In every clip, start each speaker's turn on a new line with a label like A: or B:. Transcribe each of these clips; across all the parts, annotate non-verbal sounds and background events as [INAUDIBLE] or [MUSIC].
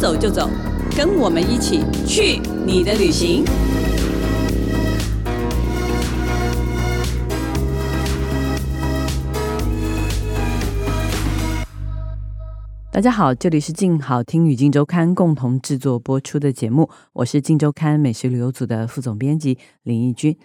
A: 走就走，跟我们一起去你的旅行。大家好，这里是静好听与静周刊共同制作播出的节目，我是静周刊美食旅游组的副总编辑林义君。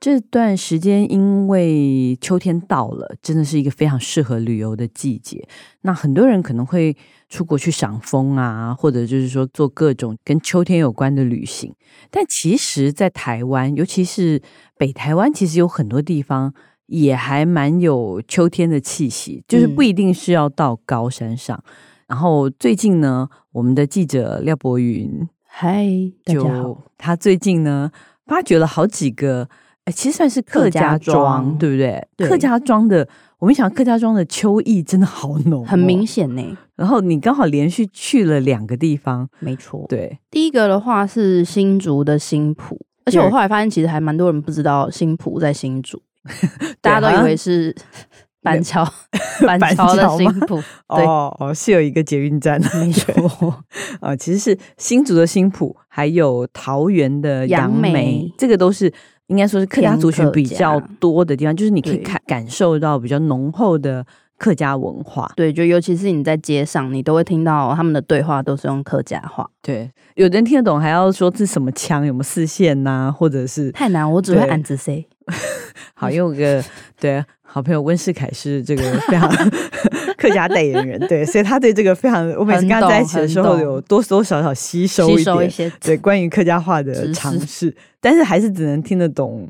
A: 这段时间因为秋天到了，真的是一个非常适合旅游的季节。那很多人可能会出国去赏枫啊，或者就是说做各种跟秋天有关的旅行。但其实，在台湾，尤其是北台湾，其实有很多地方也还蛮有秋天的气息，就是不一定是要到高山上。然后最近呢，我们的记者廖博云
B: 嗨，大家好
A: 就。他最近呢，发掘了好几个，哎，其实算是客
B: 客家
A: 家庄，
B: 庄
A: 对不对？
B: 对
A: 客家庄的，我们想客家庄的秋意真的好浓、哦
B: 很明。显呢，
A: 然后你刚好连续去了两个地方，
B: 没错。
A: 对，
B: 第一个的话是新竹的新浦，而且我后来发现，其实还蛮多人不知道新浦在
A: [LAUGHS]
B: 新竹，
A: 好
B: 大家都
A: 像
B: 以
A: [LAUGHS]
B: 为是板桥板
A: 啊板
B: 桥的
A: 桥
B: 新
A: 吗
B: 浦，对
A: 哦哦，是有一个捷运站，
B: 没错。
A: [LAUGHS] 啊，其实是新竹的新浦，还有桃园的
B: 杨
A: 杨梅，
B: 梅
A: 这个都是应该说是客家
B: 偏
A: 族群
B: 客
A: 比
B: 家
A: 较多的地方，就是你可以
B: 对
A: 看感受到比较浓厚的客家文化。
B: 对，就尤其是你在街上，你都会听到他们的对话都是用客家话，
A: 对，有的人听得懂，还要说这什么腔，有没有四线呐、或者是
B: 太难，我只会
A: 对
B: 按字 C。
A: 好有个对好朋友温世凯是这个非常 [LAUGHS] 客家代言人，对，所以他对这个非常，我每次
B: 很
A: 跟他在一
B: 懂
A: 起的
B: 很
A: 时候
B: 懂
A: 有多多少少吸收
B: 吸
A: 一
B: 收一
A: 点，
B: 些
A: 对，关于客家话
B: 知
A: 的
B: 识
A: 尝试，但是还是只能听得懂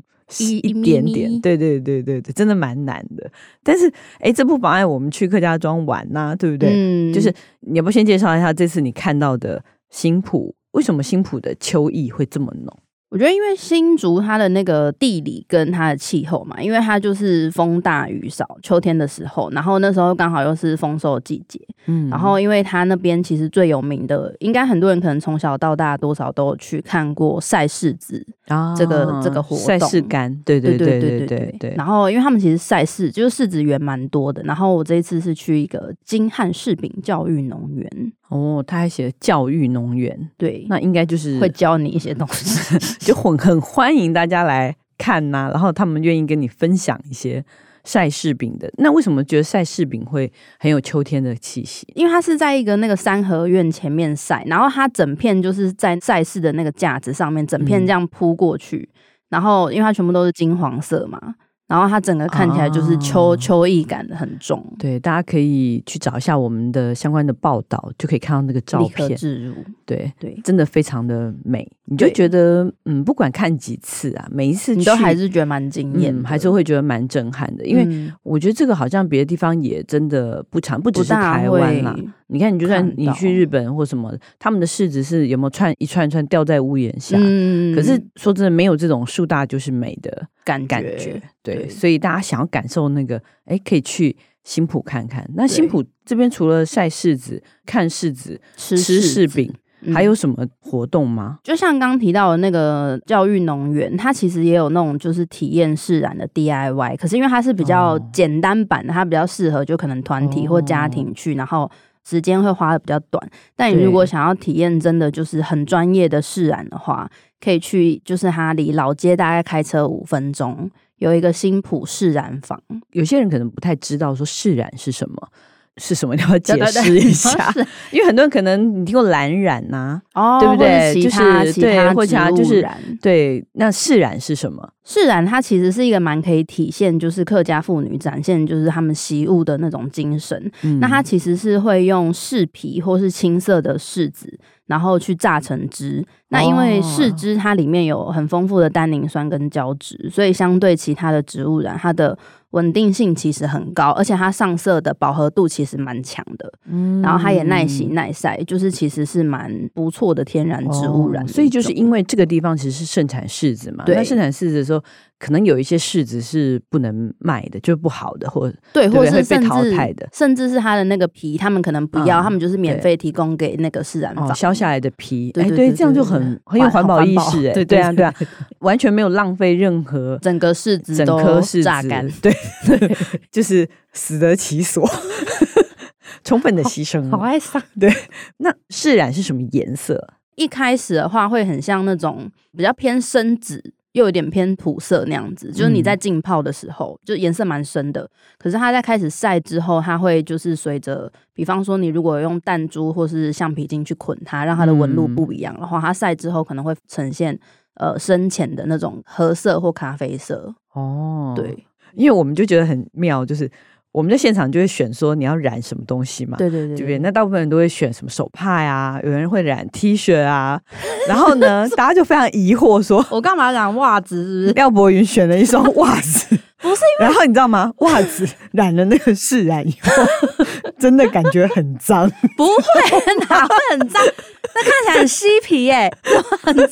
A: 一
B: 一一咪
A: 点
B: 咪
A: 点。对对对对对，真的蛮难的。但是，哎，这不妨碍我们去客家庄玩呐、对不对？
B: 嗯
A: 就是你要不先介绍一下这次你看到的新浦，为什么新浦的秋意会这么浓？
B: 我觉得，因为新竹它的那个地理跟它的气候嘛，因为它就是风大雨少，秋天的时候，然后那时候刚好又是丰收的季节，
A: 嗯
B: 然后因为它那边其实最有名的，应该很多人可能从小到大多少都有去看过晒柿子，
A: 啊
B: 这个这个活
A: 晒
B: 动
A: 事干，对对
B: 对
A: 对
B: 对然后因为他们其实晒柿就是柿子园蛮多的，然后我这一次是去一个金汉柿饼教育农园，
A: 哦，他还写教育农园，
B: 对，
A: 那应该就是
B: 会教你一些东西。
A: 就很很欢迎大家来看呐、然后他们愿意跟你分享一些晒柿饼的。那为什么觉得晒柿饼会很有秋天的气息？
B: 因为它是在一个那个三合院前面晒，然后它整片就是在晒市的那个架子上面，整片
A: 嗯
B: 这样铺过去，然后因为它全部都是金黄色嘛，然后它整个看起来就是秋、
A: 啊
B: 秋意感很重，
A: 对，大家可以去找一下我们的相关的报道，就可以看到那个照
B: 立刻
A: 片。
B: 置入，
A: 对，
B: 对。
A: 真的非常的美，你就
B: 对
A: 觉得嗯，不管看几次啊，每一次
B: 你都
A: 去
B: 还是觉得蛮惊艳的、
A: 嗯，还是会觉得蛮震撼的，因为。
B: 嗯
A: 我觉得这个好像别的地方也真的不常，不只
B: 不
A: 是
B: 大
A: 台湾啦，
B: 会
A: 你看，你就算
B: 看
A: 你
B: 到
A: 去日本或什么，他们的柿子是有没有串一串一串吊在屋檐下？
B: 嗯
A: 可是说真的，没有这种树大就是美的
B: 感觉
A: 感觉，对，
B: 对
A: 所以大家想要感受那个，哎，可以去新浦看看。那新
B: 对
A: 浦这边除了晒柿子、看柿子、
B: 吃
A: 吃柿
B: 子
A: 饼，
B: 嗯
A: 还有什么活动吗？
B: 就像刚提到的那个教育农园，它其实也有那种就是体验释然的 DIY，可是因为它是比较
A: 哦
B: 简单版的，它比较适合就可能团体或家庭去，然后时间会花的比较短。但你
A: 对
B: 如果想要体验真的就是很专业的释然的话，可以去就是它离老街大概开车五分钟有一个新浦释然坊，
A: 有些人可能不太知道说释然是什么，是什么？你要不 [LAUGHS] 要解释一 [LAUGHS] 下，
B: 是
A: 因为很多人可能你听过蓝染呐、
B: 哦，
A: 对不对
B: 或者其他
A: 就是
B: 其
A: 对
B: 他
A: 或者
B: 植
A: 它
B: 物
A: 就是
B: 染
A: 对，那释然是什么？
B: 释然，它其实是一个蛮可以体现，就是客家妇女展现就是她们习物的那种精神。
A: 嗯
B: 那它其实是会用柿皮或是青色的柿子，然后去榨成汁。那因为
A: 哦
B: 柿汁它里面有很丰富的单宁酸跟胶质，所以相对其他的植物染，它的稳定性其实很高，而且它上色的饱和度其实蛮强的。
A: 嗯
B: 然后它也耐洗耐晒，就是其实是蛮不错的天然植物
A: 哦
B: 染的一种、
A: 所以就是因为这个地方其实是盛产柿子嘛，
B: 对
A: 那盛产柿子的时候，可能有一些柿子是不能卖的，就是不好的，或者
B: 对，
A: 对
B: 或
A: 不对
B: 是
A: 会被
B: 甚
A: 淘汰
B: 至
A: 的
B: 甚至是它的那个皮，他们可能不要，
A: 嗯
B: 他们就是免
A: 对
B: 费提供给那个释然
A: 哦
B: 坊
A: 削下来的皮，
B: 对
A: 哎，
B: 对
A: 对，
B: 对
A: 这样就
B: 对
A: 很
B: 对
A: 很有
B: 环
A: 环
B: 好
A: 保
B: 环
A: 意
B: 保
A: 识，哎，
B: 对
A: 对
B: 对
A: 啊，对啊，完全没有浪费任何。
B: 整个柿子
A: 整
B: 都
A: 颗柿 [LAUGHS]
B: 榨
A: 子
B: 干。，
A: 对，就是死得其所。 [LAUGHS] 充分的牺牲
B: 好啊
A: 了。
B: 爱上。
A: 那释染是什么颜色？啊
B: 一开始的话会很像那种比较偏深紫，又有点偏土色那样子，就是你
A: 嗯
B: 在浸泡的时候，就颜色蛮深的。可是它在开始晒之后，它会就是随着，比方说你如果用弹珠或是橡皮筋去捆它，让它的纹
A: 嗯
B: 路不一样的话，它晒之后可能会呈现呃深浅的那种褐色或咖啡色。
A: 哦，
B: 对，
A: 因为我们就觉得很妙，就是我们在现场就会选说你要染什么东西嘛，
B: 对对
A: 对
B: 对
A: 不对？那大部分人都会选什么手帕呀、有人会染 T 恤啊，然后
B: [LAUGHS]
A: 呢，大家就非常疑惑说，
B: 我干嘛染袜子？是不是？
A: 廖博云选了一双袜子，
B: [LAUGHS]
A: [LAUGHS]
B: 不是
A: 然后你知道吗？袜子染了那个释染以后， [LAUGHS] 真的感觉很脏，
B: 不会，哪 [LAUGHS] 会很脏？那看起来很嬉皮耶、很脏。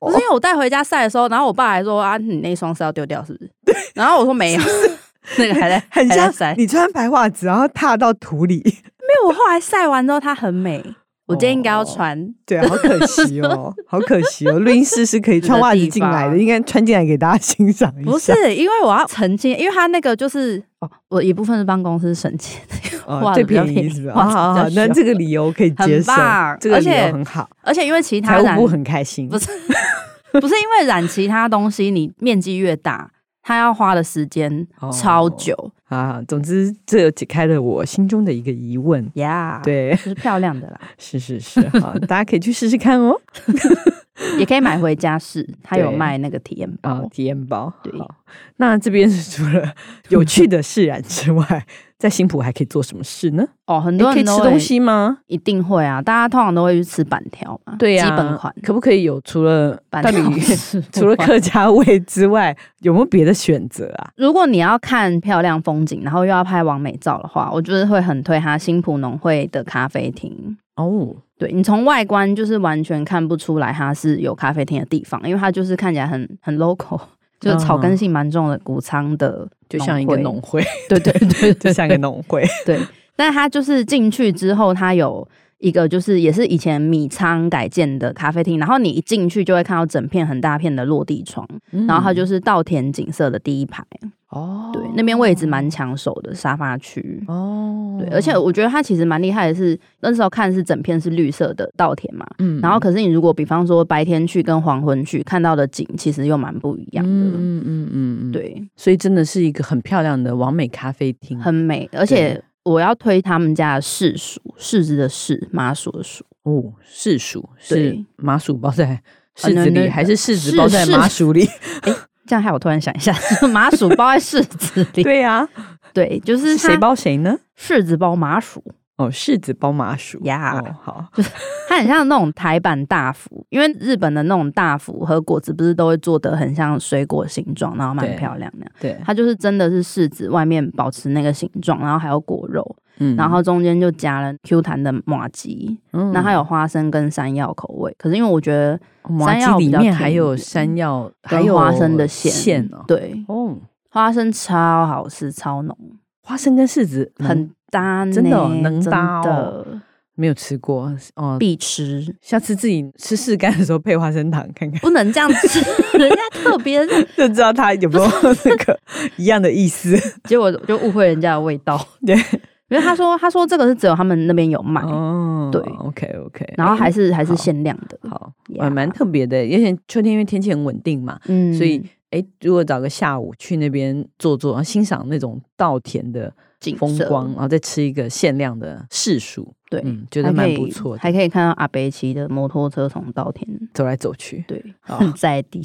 B: 不是因为我带回家晒的时候，然后我爸还说啊，你那双是要丢掉是不是？然后我说没有， [LAUGHS] 那个还在
A: 很
B: 还在
A: 像
B: 晒。因
A: 你穿白袜子然后踏到土里， [LAUGHS]
B: 为我后来晒完之后它很美，我今天应该要穿。
A: 对，好可惜哦，好可惜哦。录音室是可以穿袜子进来的，
B: 是的地方
A: 应该穿进来给大家欣赏一下。
B: 不是，因为我要澄清，因为它那个就是哦，我一部分是帮公司省钱，
A: 哦，
B: 袜
A: 最
B: 子比较
A: 便宜
B: 便宜
A: 是吧？
B: 袜子比较
A: 好好好那
B: 小
A: 这个理由可以接受
B: 很棒，
A: 这个
B: 而
A: 理
B: 且
A: 由很好，
B: 而且因为其他
A: 财务
B: 染
A: 部很开心。
B: 不是 [LAUGHS] 不是因为染其他东西，你面积越大，它要花的时间
A: 哦
B: 超久
A: 啊，总之这解开了我心中的一个疑问。
B: 呀。，
A: 对， [LAUGHS]
B: 就是漂亮的啦。 [LAUGHS]
A: 是是是，好，大家可以去试试看哦。
B: 也可以买回家试，它有
A: 对
B: 卖那个体验
A: 啊、
B: 包。
A: 体验包。
B: 对
A: 好，那这边是除了有趣的释然之外，在新浦还可以做什么事呢？
B: 哦，很
A: 你
B: 多
A: 可以
B: 人
A: 吃
B: 都
A: 东
B: 会
A: 西吗？
B: 一定会啊，大家通常都会去吃板条嘛，
A: 对呀、啊
B: 基本款。
A: 可不可以有除
B: [LAUGHS]
A: 了
B: 板
A: 到底
B: 条是
A: [LAUGHS] 除了
B: 不管
A: 客家味之外， [LAUGHS] 有没有别的选择啊？
B: [LAUGHS] 如果你要看漂亮风景，然后又要拍完美照的话，我就是会很推它新浦农会的咖啡厅。
A: 哦，
B: 对你从外观就是完全看不出来它是有咖啡厅的地方，因为它就是看起来很很 local，就是 [LAUGHS] 草根性蛮重的谷仓的，
A: 嗯就像一个
B: 农
A: 农
B: 会，
A: 会， [LAUGHS]
B: 对对 [LAUGHS] 对
A: 就
B: 对，
A: 像一个农
B: [LAUGHS]
A: 会。
B: 对，但他就是进去之后，他有一个就是也是以前米仓改建的咖啡厅，然后你一进去就会看到整片很大片的落地窗，嗯然
A: 嗯
B: 后它就是稻田景色的第一排，
A: 哦，
B: 对，那边位置蛮抢手的沙发区。
A: 哦，
B: 对，而且我觉得它其实蛮厉害的是，那时候看是整片是绿色的稻田嘛，
A: 嗯
B: 然后可是你如果比方说白天去跟黄昏去看到的景，其实又蛮不一样的。
A: 嗯嗯嗯嗯，，
B: 对，
A: 所以真的是一个很漂亮的完美咖啡厅，
B: 很美，而且我要推他们家的柿薯，柿子的柿，麻薯的薯，
A: 哦，柿薯是
B: 对哦
A: 麻薯包在柿
B: 那
A: 子里，
B: 那
A: 还是柿子
B: 是
A: 包在麻薯
B: [LAUGHS]
A: 里？
B: 这样害我突然想一下， [LAUGHS] 麻薯包在柿子
A: [LAUGHS]
B: 里，
A: 对呀，
B: 对，就是啊
A: 是谁
B: 它
A: 包谁呢？
B: 柿子包麻薯，
A: 哦，柿子包麻薯
B: 呀
A: 哦，好，
B: 它很像那种台版大福，因为日本的那种大福和果子不是都会做的很像水果形状，然后蛮
A: 对
B: 漂亮的。
A: 对，
B: 它就是真的是柿子外面保持那个形状，然后还有果肉，
A: 嗯
B: 然后中间就加了 Q 弹的马吉，那
A: 那
B: 还有花生跟山药口味。可是因为我觉得
A: 麻
B: 山
A: 吉
B: 药
A: 里
B: 比较
A: 面
B: 甜
A: 还
B: 一
A: 有
B: 点嗯
A: 山药，还
B: 跟
A: 有
B: 花生的馅，
A: 馅哦，
B: 对，
A: 哦，
B: 花生超好吃，超浓，
A: 花生跟柿子嗯
B: 很搭呢，
A: 真的哦能搭
B: 真
A: 哦
B: 的
A: 没有吃过哦，
B: 必吃，
A: 下次自己吃柿干的时候配花生糖看看， [LAUGHS]
B: 不能这样吃， [LAUGHS] 人家特别是，
A: 就知道它有没有那
B: [LAUGHS]
A: 个一样的意思。
B: 结果就误会人家的味道。
A: [LAUGHS] 对，
B: 因为他说他说这个是只有他们那边有卖，
A: 哦，
B: 对
A: ，OK OK，
B: 然后还是还
A: 好
B: 是限量的，
A: 好，
B: 呀
A: 呃，蛮特别的，而且秋天因为天气很稳定嘛，
B: 嗯
A: 所以哎，如果找个下午去那边坐坐，然后欣赏那种稻田的
B: 景
A: 风
B: 色
A: 光，然后再吃一个限量的柿薯，
B: 对，
A: 嗯，觉得
B: 还可
A: 蛮
B: 以
A: 不错的，
B: 还可以看到阿北骑的摩托车从稻田，
A: 走来走去。
B: 对，
A: 好
B: 很 [LAUGHS] 在
A: [LAUGHS]
B: 地。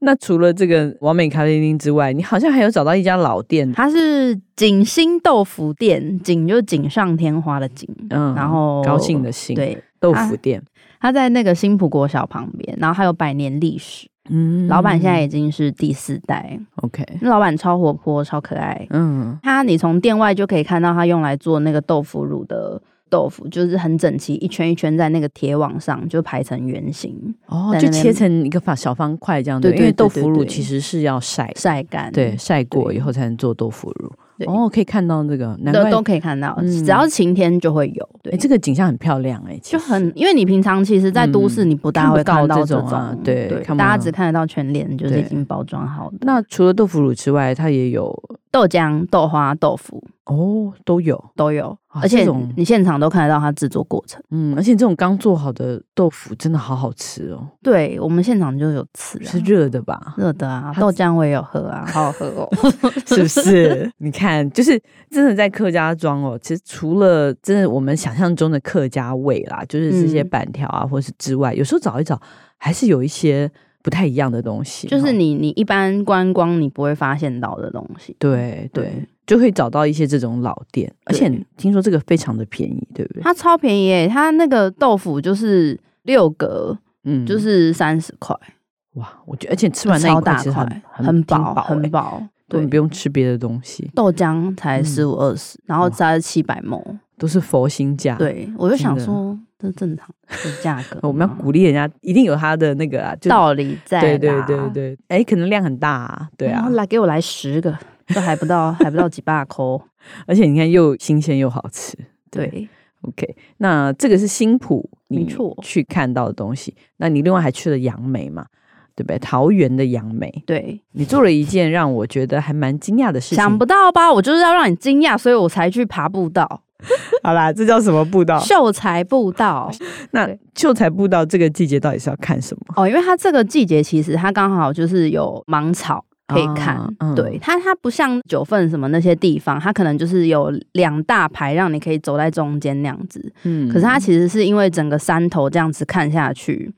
A: 那除了这个完美咖啡厅之外，你好像还有找到一家老店，
B: 它是景兴豆腐店，景就是锦上添花的景，
A: 嗯，
B: 然后
A: 高兴的兴，，
B: 对，
A: 豆
B: 啊
A: 腐店，
B: 它在那个新浦国小旁边，然后还有百年历史，
A: 嗯
B: 老板现在已经是第四代，
A: OK，
B: 那老板超活泼，超可爱。
A: 嗯，
B: 它你从店外就可以看到它用来做那个豆腐乳的豆腐，就是很整齐，一圈一圈在那个铁网上就排成圆形
A: 哦，
B: 在
A: 就
B: 那边
A: 切成一个方小方块这样
B: 对
A: 对，
B: 对
A: 因为
B: 对
A: 豆
B: 对
A: 腐乳
B: 对
A: 其实是要晒的。
B: 晒干，
A: 对，晒过
B: 对
A: 以后才能做豆腐乳。
B: 对
A: 哦，可以看到这个，难
B: 都
A: 怪
B: 都可以看到，
A: 嗯
B: 只要是晴天就会有，对，
A: 哎，这个景象很漂亮哎，其
B: 就
A: 实
B: 很，因为你平常其实，在都市
A: 嗯
B: 你不大会看
A: 看不到
B: 这
A: 这种啊对
B: 对，
A: 看不到
B: 大家只看得到全脸，就是
A: 对
B: 已经包装好的。
A: 那除了豆腐乳之外，它也有
B: 豆浆、豆花、豆腐，
A: 哦，都有。
B: 都有，
A: 啊
B: 而且
A: 这种
B: 你现场都看得到它制作过程。
A: 嗯，而且这种刚做好的豆腐真的好好吃哦，
B: 对我们现场就有吃、啊，
A: 是热的吧？
B: 热的啊，
A: 它
B: 豆浆我也有喝啊，好好喝哦。
A: 是不是？ [LAUGHS] 你看，就是真的在客家庄哦。其实除了真的我们想象中的客家味啦，就是这些
B: 嗯
A: 板条啊，或是之外，有时候找一找，还是有一些不太一样的东西。
B: [LAUGHS] 就是
A: 哈
B: 你你一般观光你不会发现到的东西。
A: 对
B: 对
A: 对，就会找到一些这种老店，而且
B: 嗯对
A: 听说这个非常的便宜，对不对？
B: 它超便宜耶，它那个豆腐就是六格，
A: 嗯，
B: 就是三十块，
A: 哇，我觉得而且吃完那一
B: 超
A: 块
B: 大
A: 其实
B: 块，
A: 很
B: 很
A: 饱
B: 饱，很
A: 饱
B: 饱。
A: 欸，根
B: 对
A: 本，不用吃别的东西，
B: 豆浆才
A: 嗯
B: 十五二十，然后
A: 哇
B: 加七百毛。
A: 都是佛心价。，
B: 对，我就想
A: 真的
B: 说，这正常的价格吗，
A: [LAUGHS] 我们要鼓励人家，一定有他的那个啊，就
B: 道理在
A: 对
B: 啦。
A: 对对对，哎，可能量很大，啊，对
B: 然
A: 啊
B: 后，来给我来十个，都还不到，还不到几把
A: [LAUGHS]
B: 扣。
A: 而且你看又新鲜又好吃。
B: 对，
A: OK，那这个是新浦，
B: 没
A: 你
B: 错
A: 去看到的东西。那你另外还去了杨梅嘛，对不对？桃园的杨梅，
B: 对，
A: 你做了一件让我觉得还蛮惊讶的事情。
B: 想不到吧？我就是要让你惊讶，所以我才去爬步道，
A: 好啦，这叫什么步道？
B: 秀才步
A: 哦
B: 道。
A: 那
B: 对
A: 秀才步道这个季节到底是要看什么？
B: 哦，因为它这个季节其实它刚好就是有芒草。可以看，
A: 啊嗯
B: 对它，它不像九份什么那些地方，它可能就是有两大排让你可以走在中间那样子。
A: 嗯
B: 可是它其实是因为整个山头这样子看下去，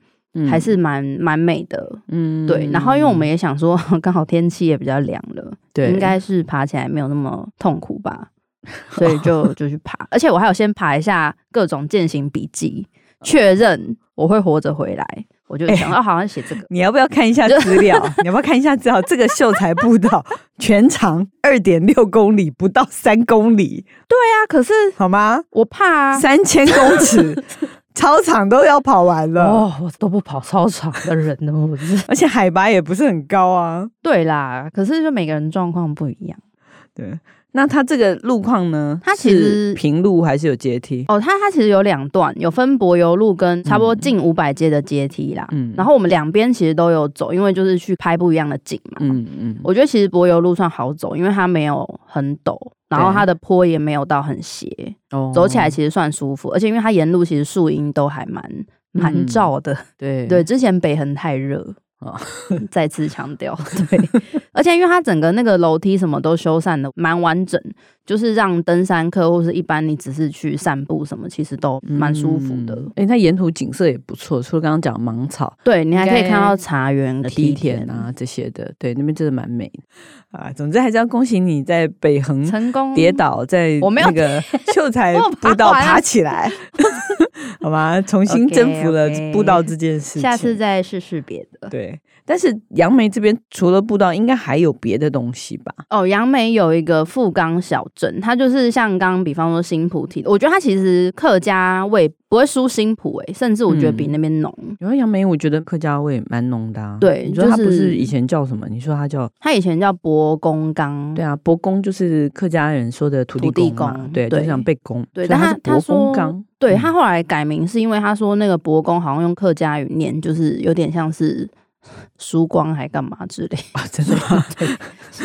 B: 还是蛮蛮美的。
A: 嗯
B: 对，然后因为我们也想说， [LAUGHS] 刚好天气也比较凉了，
A: 对
B: 应该是爬起来没有那么痛苦吧， [LAUGHS] 所以就 [LAUGHS] 就去爬，而且我还有先爬一下各种践行笔记，确认我会活着回来，我就想到、哦好像写这个，
A: 你要不要看一下资
B: [LAUGHS]
A: 料？你要不要看一下资料？这个秀才步道全长二点六公里，不到三公里，
B: 对啊，可是
A: 好吗？
B: 我怕啊，
A: 三千公尺， [LAUGHS] 操场都要跑完了，
C: [LAUGHS] 哦，我都不跑操场的人呢，我是
A: 而且海拔也不是很高啊。
B: 对啦，可是就每个人状况不一样。
A: 对，那它这个路况呢？
B: 它其实
A: 是平路还是有阶梯？
B: 哦，它它其实有两段，有分柏油路跟差不多
A: 嗯
B: 近五百阶的阶梯啦。
A: 嗯
B: 然后我们两边其实都有走，因为就是去拍不一样的景嘛。
A: 嗯嗯，
B: 我觉得其实柏油路算好走，因为它没有很陡，然后
A: 对
B: 它的坡也没有到很斜，
A: 哦
B: 走起来其实算舒服。而且因为它沿路其实树荫都还蛮蛮
A: 嗯
B: 照的。
A: 对
B: 对，之前北横太热
A: 哦
B: 再次
A: [LAUGHS]
B: 强调。对，而且因为它整个那个楼梯什么都修缮的蛮完整，就是让登山客或是一般你只是去散步什么，其实都蛮舒服的。
A: 哎、它嗯沿途景色也不错，除了刚刚讲的芒草、
B: 对你还可以
A: 应该
B: 看到茶园、
A: 梯
B: 梯
A: 田，啊这些的，对，那边真的蛮美的啊。总之还是要恭喜你在北横
B: 成功
A: 嗯跌。倒，在
B: 嗯我没有
A: 那个 [LAUGHS] 秀才
B: 我
A: 步道
B: 爬完
A: 爬起来， [LAUGHS] 好吗？重新征服了
B: OK，OK
A: 步道这件事情。
B: 下次再试试别的
A: 对，但是杨梅这边除了步道，应该还有别的东西吧？
B: 哦。杨梅有一个富冈小镇，它就是像刚刚比方说新浦提的，我觉得它其实客家味不会输新浦诶、甚至我觉得比
A: 嗯
B: 那边浓。
A: 因为杨梅，我觉得客家味蛮浓的、啊。
B: 对
A: 你说它
B: 就
A: 不
B: 是嗯
A: 是以前叫什么？你说它叫
B: 它以前叫博公冈，
A: 对啊，伯公就是客家人说的土地
B: 土地
A: 公嘛，
B: 公
A: 对，就
B: 对
A: 是想被公，所
B: 对
A: 以
B: 但
A: 它
B: 他
A: 是
B: 他
A: 伯
B: 说
A: 公纲。
B: 对
A: 嗯 [LAUGHS]
B: 他后来改名是因为他说那个伯公好像用客家语念，就是有点像是输光还干嘛之类，
A: 啊，真的 [LAUGHS] 吗？
B: 所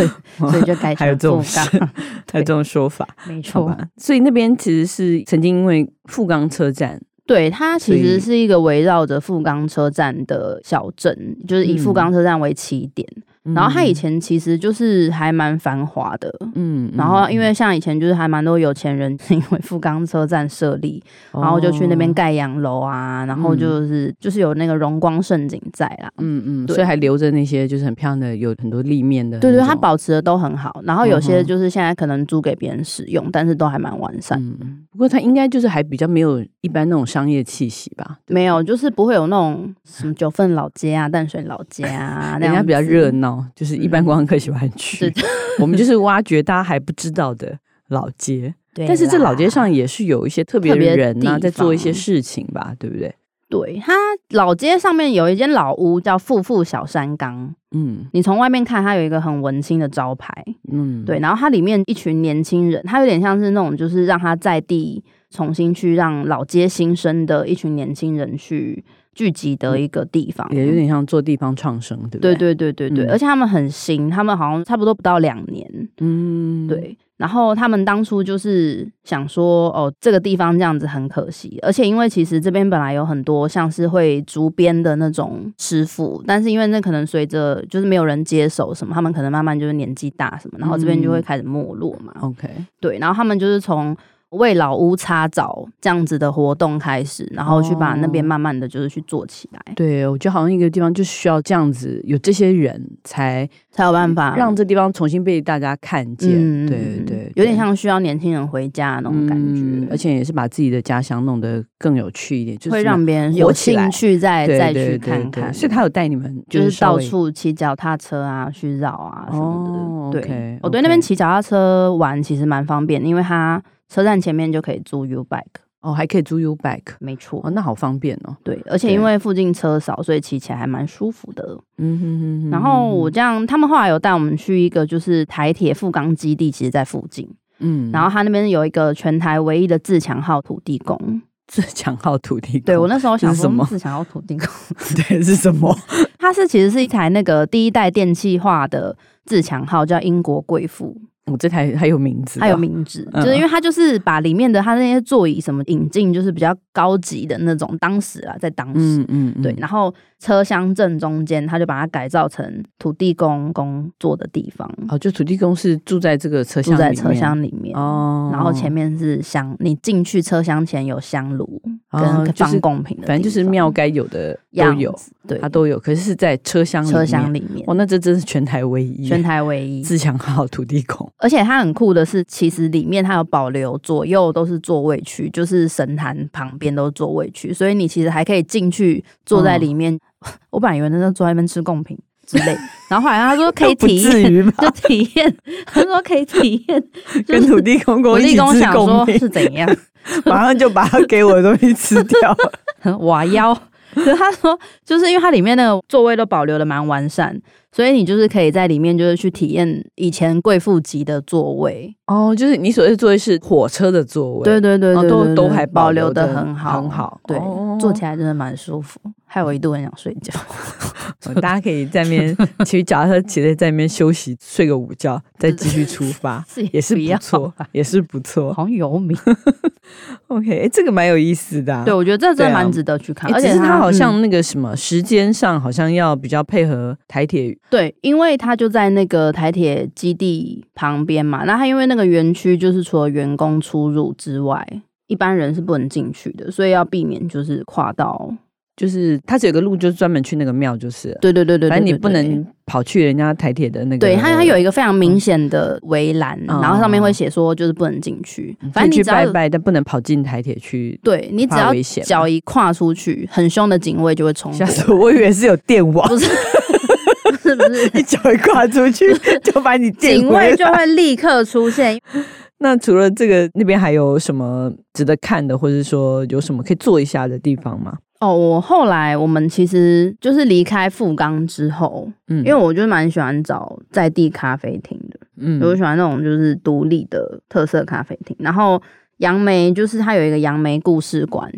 B: 以 [LAUGHS]
A: [LAUGHS]
B: 所以就改
A: 还有
B: 成
A: 这种
B: 富
A: 事
B: 冈，
A: 还有这种说法，
B: 没
A: 好
B: 错。
A: 吧？所以那边其实是曾经因为富冈车站，
B: 对，它
A: 所
B: 其
A: 以
B: 实是一个围绕着富冈车站的小镇，就是以富
A: 嗯
B: 冈车站为起点。然后它以前其实就是还蛮繁华的。
A: 嗯，嗯
B: 然后，因为像以前就是还蛮多有钱人，因为富冈车站设立，然后就去那边，
A: 嗯
B: 盖洋楼啊，然后就是、就是有那个荣光盛景在啦。
A: 哦嗯嗯，
B: 对
A: 所以还留着那些就是很漂亮的，有很多立面的那种，
B: 对对，它保持的都很好，然后有
A: 嗯
B: 些
A: 哼
B: 就是现在可能租给别人使用，但是都还蛮完善。
A: 嗯，不过它应该就是还比较没有一般那种商业气息吧，
B: 没有，就是不会有那种什么九份老
A: [LAUGHS]
B: 街啊、淡水老街啊那
A: 人
B: 样
A: 家
B: 子，
A: 比较热闹，就是一般
B: 嗯
A: 观光客喜欢去
B: 是的。
A: [LAUGHS] 我们就是挖掘大家还不知道的老街，
B: 对啦。
A: 但是这老街上也是有一些特别的
B: 特别
A: 人呐、
B: 地
A: 在做一些
B: 方
A: 事情吧，对不对？
B: 对它老街上面有一间老屋叫富富小山岗，
A: 嗯
B: 你从外面看它有一个很文青的招牌，
A: 嗯，
B: 对，，然后它里面一群年轻人，它有点像是那种就是让他在地重新去让老街新生的一群年轻人去聚集的一个地方。
A: 嗯也有点像做地方创生，对不
B: 对
A: 对，
B: 对对对对，
A: 嗯
B: 而且他们很新，他们好像差不多不到两年。
A: 嗯，
B: 对，然后他们当初就是想说，哦，这个地方这样子很可惜，而且因为其实这边本来有很多像是会竹编的那种师傅，但是因为那可能随着就是没有人接手什么，他们可能慢慢就是年纪大什么，然后这边就
A: 嗯
B: 会开始没落嘛。
A: OK，
B: 对，然后他们就是从为老屋擦澡这样子的活动开始，然后去把那边
A: 哦
B: 慢慢的就是去做起来，
A: 对我觉得好像一个地方就需要这样子，有这些人才
B: 才有办法
A: 让这地方重新被大家看见。
B: 嗯
A: 对对，
B: 有点
A: 对
B: 像需要年轻人回家那种感
A: 嗯
B: 觉，
A: 而且也是把自己的家乡弄得更有趣一点，就是
B: 会让别人有
A: 活起来
B: 兴趣再
A: 对
B: 再
A: 对对
B: 去看
A: 对
B: 看。
A: 所以他有带你们，
B: 就是
A: 稍
B: 到
A: 微
B: 处骑脚踏车啊，去绕啊什
A: 哦
B: 么的。对
A: OK，，
B: 我对那边骑脚踏车玩其实蛮方便，因为它车站前面就可以租 U bike，
A: 哦，还可以租 U bike，
B: 没错
A: 哦，。那好方便哦。
B: 对，而且
A: 对
B: 因为附近车少，所以骑起来还蛮舒服的。
A: 嗯哼哼哼
B: 然后我这样，他们后来有带我们去一个就是台铁富冈基地，其实在附近。
A: 嗯
B: [LAUGHS] 然后他那边有一个全台唯一的自强号土地公。
A: 自强号土地公，
B: 对我 [LAUGHS] 那时候想
A: 这是
B: 说
A: 什么
B: 嗯自强号土地公， [LAUGHS]
A: 对是什么？
B: 它是其实是一台那个第一代电气化的自强号，叫英国贵妇，
A: [LAUGHS] 我这台还有名字的，
B: 它有名字，
A: 嗯
B: 就是因为它就是把里面的它那些座椅什么引进，就是比较高级的那种，当时啊，在当
A: 嗯，
B: 时。
A: 嗯嗯，
B: 对，然后车厢正中间，他就把它改造成土地公工作的地方。
A: 哦，就土地公是住在这个车厢
B: 住
A: 里面，
B: 在车厢里面
A: 哦
B: 然后前面是香，你进去车厢前有香炉
A: 哦
B: 跟
A: 就是
B: 放贡品的地方、
A: 反正就是庙该有的都
B: 样
A: 有，
B: 子，对，
A: 它都有，可是是在车厢里
B: 车
A: 面
B: 厢里面
A: 哇，，那这真是全台唯一，
B: 全台唯一。
A: 自强号土地公，
B: [LAUGHS] 而且它很酷的是，其实里面它有保留左右都是座位区，就是神坛旁边都是座位区，所以你其实还可以进去坐在
A: 嗯
B: 里面。 [LAUGHS] 我本来以为那是坐在那边吃贡品之类，然后后来他说可
A: [LAUGHS]
B: 以
A: 不
B: 体
A: 至
B: 验，
A: 于吧？
B: 就体验，他说可以体验，就
A: 跟
B: 是
A: 土地公公
B: 我
A: 一起
B: 立功
A: 吃
B: 想
A: 贡
B: 说
A: 品，
B: 是怎样
A: [LAUGHS] 马上就把他给我的东西吃掉。
B: 瓦腰。可是他说，就是因为它里面那个座位都保留的蛮完善，所以你就是可以在里面就是去体验以前贵妇级的座位，
A: [LAUGHS] 哦，就是你所谓的座位是火车的座位，
B: 对对对
A: 然后哦
B: 对
A: 都
B: 对
A: 都
B: 对
A: 还
B: 保留
A: 的
B: 的很好，
A: 很好。
B: 对，
A: 哦
B: 坐起来真的蛮舒服，害我一度很想睡觉。
A: 哦大家可以在那边 [LAUGHS] 骑脚踏车，骑在在那边休息，睡个午觉，再继续出 [LAUGHS] 发
B: 是也，
A: 也是
B: 不
A: 不啊
B: 要
A: 错，也是不错。
C: 好像游民，
A: [LAUGHS] OK，诶这个蛮有意思的啊、
B: 啊对，我觉得这真的
A: 对啊
B: 蛮值得去看，
A: 诶
B: 而
A: 只
B: 且
A: 是它好
B: 嗯
A: 像那个什么、时间上好像要比较配合台铁，
B: 对，因为它就在那个台铁基地旁边嘛。那它因为那个园区就是除了员工出入之外，一般人是不能进去的，所以要避免就是跨到。
A: 就是它只有个路，就是专门去那个庙，就是了，
B: 对对对对对
A: 反正你
B: 对
A: 不
B: 对
A: 能跑去人家台铁的嗯那个。
B: 对它，它有一个非常明显的围栏，
A: 嗯
B: 然后上面会写说就是不能进去。
A: 可
B: 反
A: 以
B: 正你
A: 嗯去
B: 只要
A: 拜
B: 有
A: 拜，但不能跑进台铁去。
B: 对你只
A: 怕
B: 要
A: 危险嘛
B: 脚一跨出去，很凶的警卫就会冲过
A: 吓
B: 来。
A: 死我！我以为是有电网，
B: 不是 [LAUGHS] 不是不
A: [LAUGHS]
B: 是， [LAUGHS]
A: 一脚一跨出去就把你电
B: 警
A: 回来
B: 卫就会立刻出现。
A: 那除了这个，那边还有什么值得看的，或者说有什么可以做一下的地方吗？
B: [LAUGHS] 哦，我后来我们其实就是离开富冈之后，
A: 嗯，
B: 因为我就蛮喜欢找在地咖啡厅的，
A: 嗯
B: 我喜欢那种就是独立的特色咖啡厅。然后杨梅就是它有一个杨梅故事馆，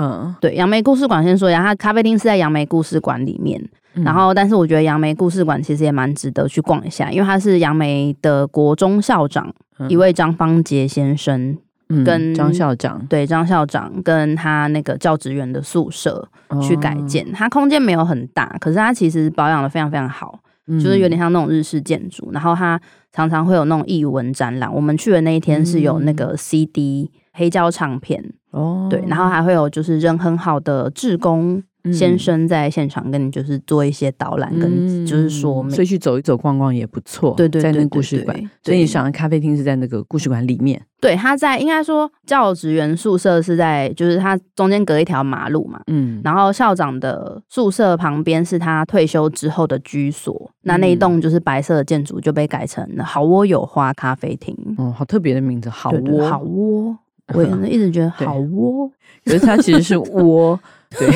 A: 嗯，
B: 对，杨梅故事馆先说一下，它咖啡厅是在杨梅故事馆里面。
A: 嗯
B: 然后，但是我觉得杨梅故事馆其实也蛮值得去逛一下，因为它是杨梅的国中校长、
A: 嗯
B: 一位张方杰先生，
A: 嗯
B: 跟
A: 张校长
B: 对张校长跟他那个教职员的宿舍
A: 哦
B: 去改，建。它空间没有很大，可是它其实保养的非常非常好，
A: 哦
B: 就是有点像那种日式建筑。然后它常常会有那种艺文展览，我们去的那一天是有那个 CD、黑胶唱片，
A: 嗯哦，
B: 对，然后还会有就是人很好的志工
A: 嗯
B: 先生在现场跟你就是做一些导览跟就是说
A: 嗯
B: 明
A: 所以，去走一走逛逛也不错。
B: 对对对
A: 在那
B: 对
A: 个故事馆
B: 对，
A: 所以你
B: 对
A: 想的咖啡厅是在那个故事馆里面，
B: 对，他在应该说教职员宿舍是在就是他中间隔一条马路嘛。
A: 嗯，
B: 然后校长的宿舍旁边是他退休之后的居所，那那一
A: 嗯
B: 栋就是白色的建筑就被改成了好窝有花咖啡厅。
A: 哦，好特别的名字，好
B: 对对
A: 窝，
B: 好窝，我也 [LAUGHS] 一直觉得
A: 对
B: 好窝，
A: [LAUGHS] 可是它其实是窝，对，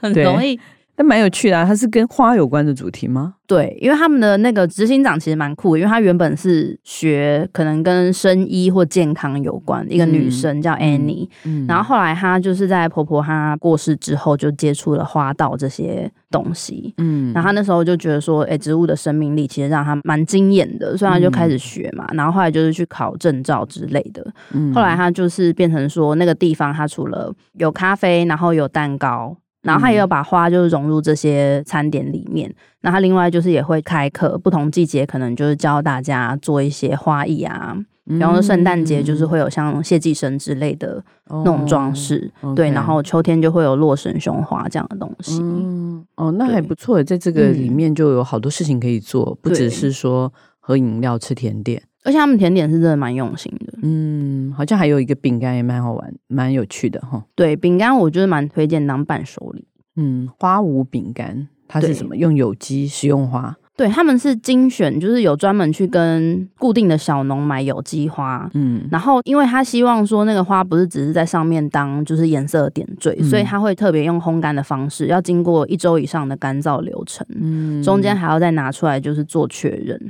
B: 很
A: 对
B: 容易
A: 但蛮有趣的、啊，它是跟花有关的主题吗？
B: 对，因为他们的那个执行长其实蛮酷的，因为他原本是学可能跟生医或健康有关，一个女生叫 Annie，、
A: 嗯
B: 然后后来她就是在婆婆她过世之后，就接触了花道这些东西。
A: 嗯
B: 然后她那时候就觉得说，哎、植物的生命力其实让她蛮惊艳的，所以她就开始学嘛。然后后来就是去考证照之类的。
A: 嗯
B: 后来她就是变成说，那个地方她除了有咖啡，然后有蛋糕，然后她
A: 嗯
B: 也有把花就是融入这些餐点里面。那她另外就是也会开课，不同季节可能就是教大家做一些花艺啊，
A: 嗯
B: 比方说圣诞节就是会有像谢寄生之类的。
A: 那
B: 那种装，饰，
A: 哦
B: 对，
A: OK
B: 然后秋天就会有洛神胸花这样的东西，
A: 嗯，哦，那还
B: 对
A: 不错，在这个里
B: 嗯
A: 面就有好多事情可以做，不只
B: 对
A: 是说喝饮料、吃甜点，
B: 而且他们甜点是真的蛮用心的。
A: 嗯，好像还有一个饼干也蛮好玩，蛮有趣的哈，
B: 对，饼干我就是蛮推荐当伴手礼。
A: 嗯，花舞饼干它是
B: 对
A: 什么？用有机食用花，
B: 对，他们是精选，就是有专门去跟固定的小农买有机花。
A: 嗯，
B: 然后，因为他希望说那个花不是只是在上面当就是颜色的点缀，
A: 嗯
B: 所以他会特别用烘干的方式，要经过一周以上的干燥流程。
A: 嗯
B: 中间还要再拿出来就是做确认，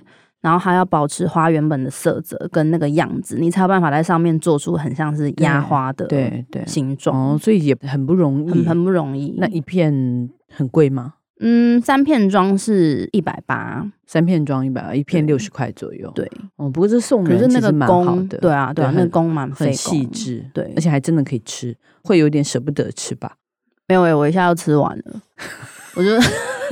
B: 然后还要保持花原本的色泽跟那个样子，你才有办法在上面做出很像是压花的
A: 对对
B: 形状，
A: 哦，所以也很不容易，
B: 很很不容易。
A: 那一片很贵吗？
B: 嗯，三片装是一百八，
A: 三片装一百，一片
B: 对
A: 六十块左右。，
B: 对，
A: 哦，不过这送
B: 可
A: 人
B: 是
A: 其
B: 那
A: 实
B: 个
A: 蛮好
B: 工，
A: 的，
B: 对啊对啊，那个
A: 很
B: 工蛮费
A: 很
B: 工，
A: 细致，
B: 对
A: 而且还真的可以吃，会有点舍不得吃吧？
B: 没有诶、欸我一下就吃完了，我就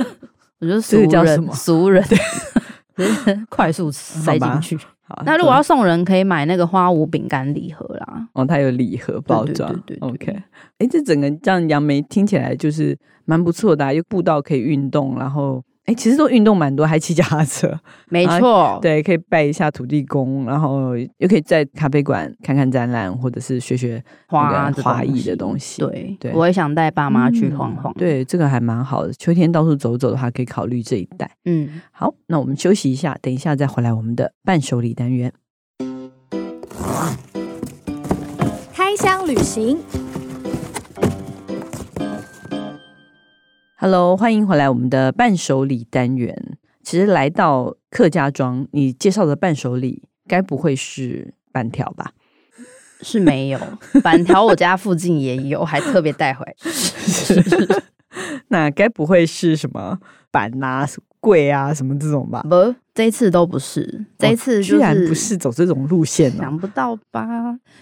A: [LAUGHS]
B: 我就俗
A: 这个叫什
B: 人
A: 么
B: 俗人。 [LAUGHS]
C: 快速塞进去，
A: 好
B: 那如果要送人，可以买那个花舞饼干礼盒啦。
A: 哦，它有礼盒包装，
B: 对对对对
A: OK，哎，这整个这样杨梅听起来就是蛮不错的、啊，又步道可以运动，然后哎，其实都运动蛮多，还骑脚踏车，
B: 没
A: 啊
B: 错，
A: 对，可以拜一下土地公，然后又可以在咖啡馆看看展览，或者是学学
B: 花啊
A: 那个啊花艺的
B: 东西。
A: 东西，
B: 对，
A: 对嗯
B: 我也想带爸妈去晃晃。，
A: 对，这个还蛮好的。秋天到处走走的话，可以考虑这一带。
B: 嗯，
A: 好，那我们休息一下，等一下再回来我们的伴手礼单元。
D: 开箱旅行，
A: Hello，欢迎回来我们的伴手礼单元。其实来到客家庄，你介绍的伴手礼该不会是板条吧？ [LAUGHS]
B: 是没有板条，我家附近也有，还特别带回
A: [LAUGHS]
B: 来。
A: 那该不会是什么板啊、柜啊什么这种吧？
B: 不，这一次都不是，这一次、就是
A: 哦居然不是走这种路线哦呢、
B: 想不到吧？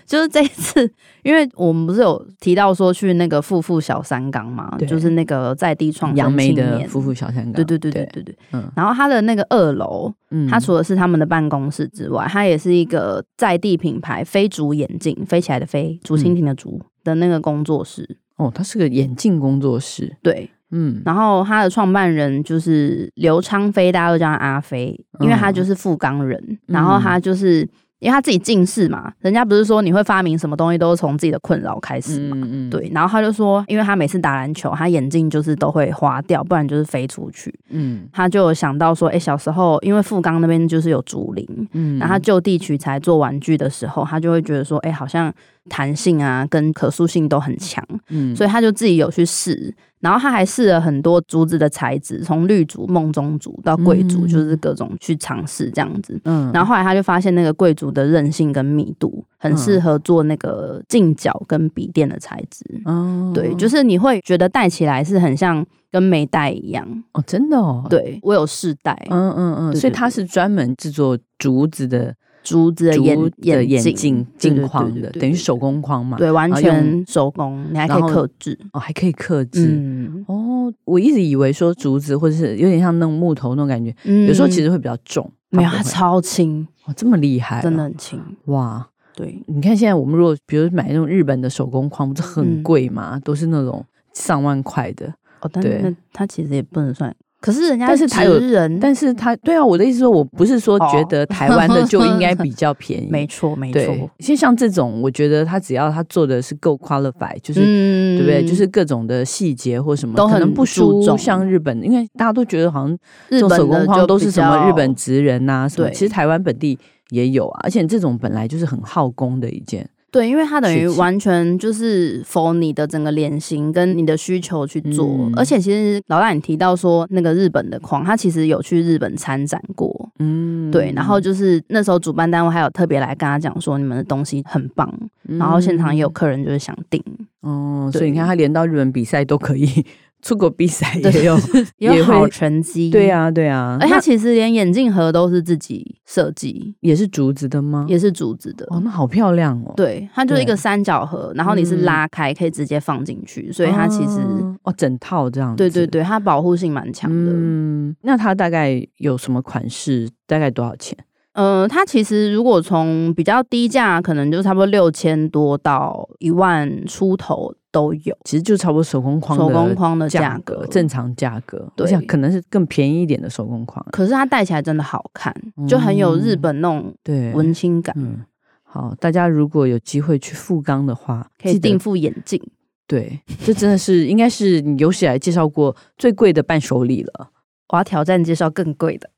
B: 就是这一次，因为我们不是有提到说去那个富富小三港嘛，
A: 对
B: 就是那个在地创生
A: 杨梅
B: 青
A: 的
B: 年
A: 夫妇小香港，
B: 对对对对，对对。
A: 嗯
B: 然后它的那个二楼，
A: 嗯
B: 它除了是他们的办公室之外，它也是一个在地品牌飞竹眼镜，飞起来的飞，
A: 嗯
B: 竹蜻蜓的竹的那个工作室。
A: 哦，它是个眼镜工作室，
B: 对，
A: 嗯，
B: 然后他的创办人就是刘昌飞，大家都叫他阿飞，因为
A: 嗯
B: 他就是富冈人。然后他就是因为他自己近视嘛，人家不是说你会发明什么东西都是从自己的困扰开始嘛？
A: 嗯嗯，
B: 对。然后他就说，因为他每次打篮球，他眼镜就是都会花掉，不然就是飞出去。
A: 嗯
B: 他就有想到说，哎、小时候因为富冈那边就是有竹林。
A: 嗯，
B: 然后他就地取材做玩具的时候，他就会觉得说，哎、好像弹性啊跟可塑性都很强，
A: 嗯，
B: 所以他就自己有去试，然后他还试了很多竹子的材质，从绿竹、梦中竹到桂竹，
A: 嗯
B: 就是各种去尝试这样子。
A: 嗯，
B: 然后后来他就发现那个桂竹的韧性跟密度很
A: 嗯
B: 适合做那个镜角跟笔垫的材质，
A: 哦，
B: 对，就是你会觉得戴起来是很像跟没戴一样。
A: 哦，真的哦，，
B: 对我有试戴
A: 嗯嗯嗯，
B: 对
A: 所以
B: 对
A: 它
B: 对
A: 是专门制作竹子的
B: 竹子的眼
A: 竹的眼镜镜框的，等于。
B: 对对对对对对
A: 手工框嘛，
B: 对，完
A: 然后
B: 全
A: 用
B: 手工，你还可
A: 然
B: 以
A: 后
B: 克制。
A: 哦，还可以刻制。
B: 嗯
A: 哦，我一直以为说竹子或者是有点像弄木头那种感觉，
B: 嗯
A: 有时候其实会比较重，
B: 没有，
A: 它
B: 它
A: 不会
B: 超轻，
A: 哦这么厉害哦，
B: 真的很轻。
A: 哇！
B: 对，
A: 你看现在我们如果比如买那种日本的手工框，不是很
B: 嗯
A: 贵嘛，都是那种上万块的，
B: 哦，但
A: 对
B: 那他其实也不能算，可是人家
A: 但是他有
B: 职人，
A: 但是它对啊，我的意思说，我不是说
B: 哦
A: 觉得台湾的就应该
B: [LAUGHS]
A: 比较便宜，
B: 没错没
A: 对
B: 错，。
A: 其实像这种，我觉得它只要它做的是够 qualify，就是、
B: 嗯
A: 对不对？就是各种的细节或什么，
B: 都
A: 可能
B: 很
A: 不输
B: 注重
A: 像日本，因为大家都觉得好像
B: 日
A: 做
B: 本
A: 手工
B: 的
A: 框
B: 就
A: 都是
B: 比
A: 什么
B: 较
A: 日本职人呐、什么，
B: 对
A: 啊其实台湾本地也有啊，而且这种本来就是很耗工的一件
B: 对，因为它等于
A: 事情
B: 完全就是否你的整个脸型跟你的需求去做，
A: 嗯
B: 而且其实老大你提到说那个日本的框，他其实有去日本参展过，
A: 嗯
B: 对，然后就是那时候主办单位还有特别来跟他讲说你们的东西很棒，
A: 嗯
B: 然后现场也有客人就是想订，
A: 哦，
B: 对
A: 所以你看他连到日本比赛都可以， [LAUGHS] 出国比赛
B: 对
A: 也
B: [LAUGHS]
A: 有，
B: 也
A: 也
B: 有
A: 会
B: 好成绩，
A: 对。啊对啊，
B: 而且
A: 那
B: 他其实连眼镜盒都是自己设计，
A: 也是竹子的吗？
B: 也是竹子的。
A: 哦，那好漂亮哦，，
B: 对，它就是一
A: 对
B: 个三角盒，然后你是
A: 嗯
B: 拉开可以直接放进去，所以它其实、
A: 哦整套这样，
B: 对对。对，它保护性蛮强的。
A: 嗯，那它大概有什么款式？大概多少钱？
B: 呃，它其实如果从比较低价，可能就差不多六千多到一万出头都有，
A: 其实就差不多手工框
B: 手
A: 的
B: 工框的
A: 价
B: 价格。
A: 正常价格。我
B: 对
A: 想可能是更便宜一点的手工框。
B: 可是它戴起来真的好看，就很有日
A: 嗯
B: 本那种
A: 对，
B: 文青感，
A: 嗯，好，大家如果有机会去富冈的话，
B: 可以
A: 记得
B: 定副眼镜。
A: 对，这真的是应该是你有史以来介绍过最贵的伴手礼了。
B: 我要挑战介绍更贵
A: [LAUGHS]
B: 的，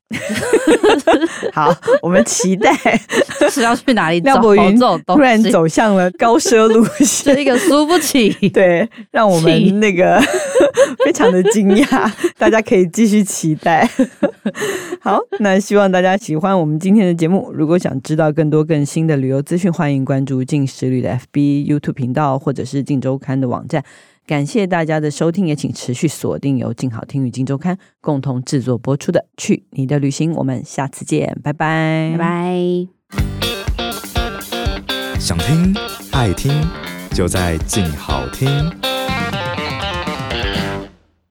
A: 好，我们期 [LAUGHS] 待
C: 是要去哪里找
A: 廖博
C: 好
A: 云
C: 这种东西？
A: 突然走向了高奢路线。
C: 这一个输不起，
A: [LAUGHS] 对，让我
C: 气
A: 们那个 [LAUGHS] 非常的惊讶，大家可以继续期待。 [LAUGHS] 好，那希望大家喜欢我们今天的节目。如果想知道更多更新的旅游资讯，欢迎关注静时旅的 FB、YouTube 频道，或者是静周刊的网站。感谢大家的收听，也请持续锁定由静好听与静周刊共同制作播出的《去你的旅行》，我们下次见，拜拜，
B: 拜拜。
E: 想听爱听，就在静好听。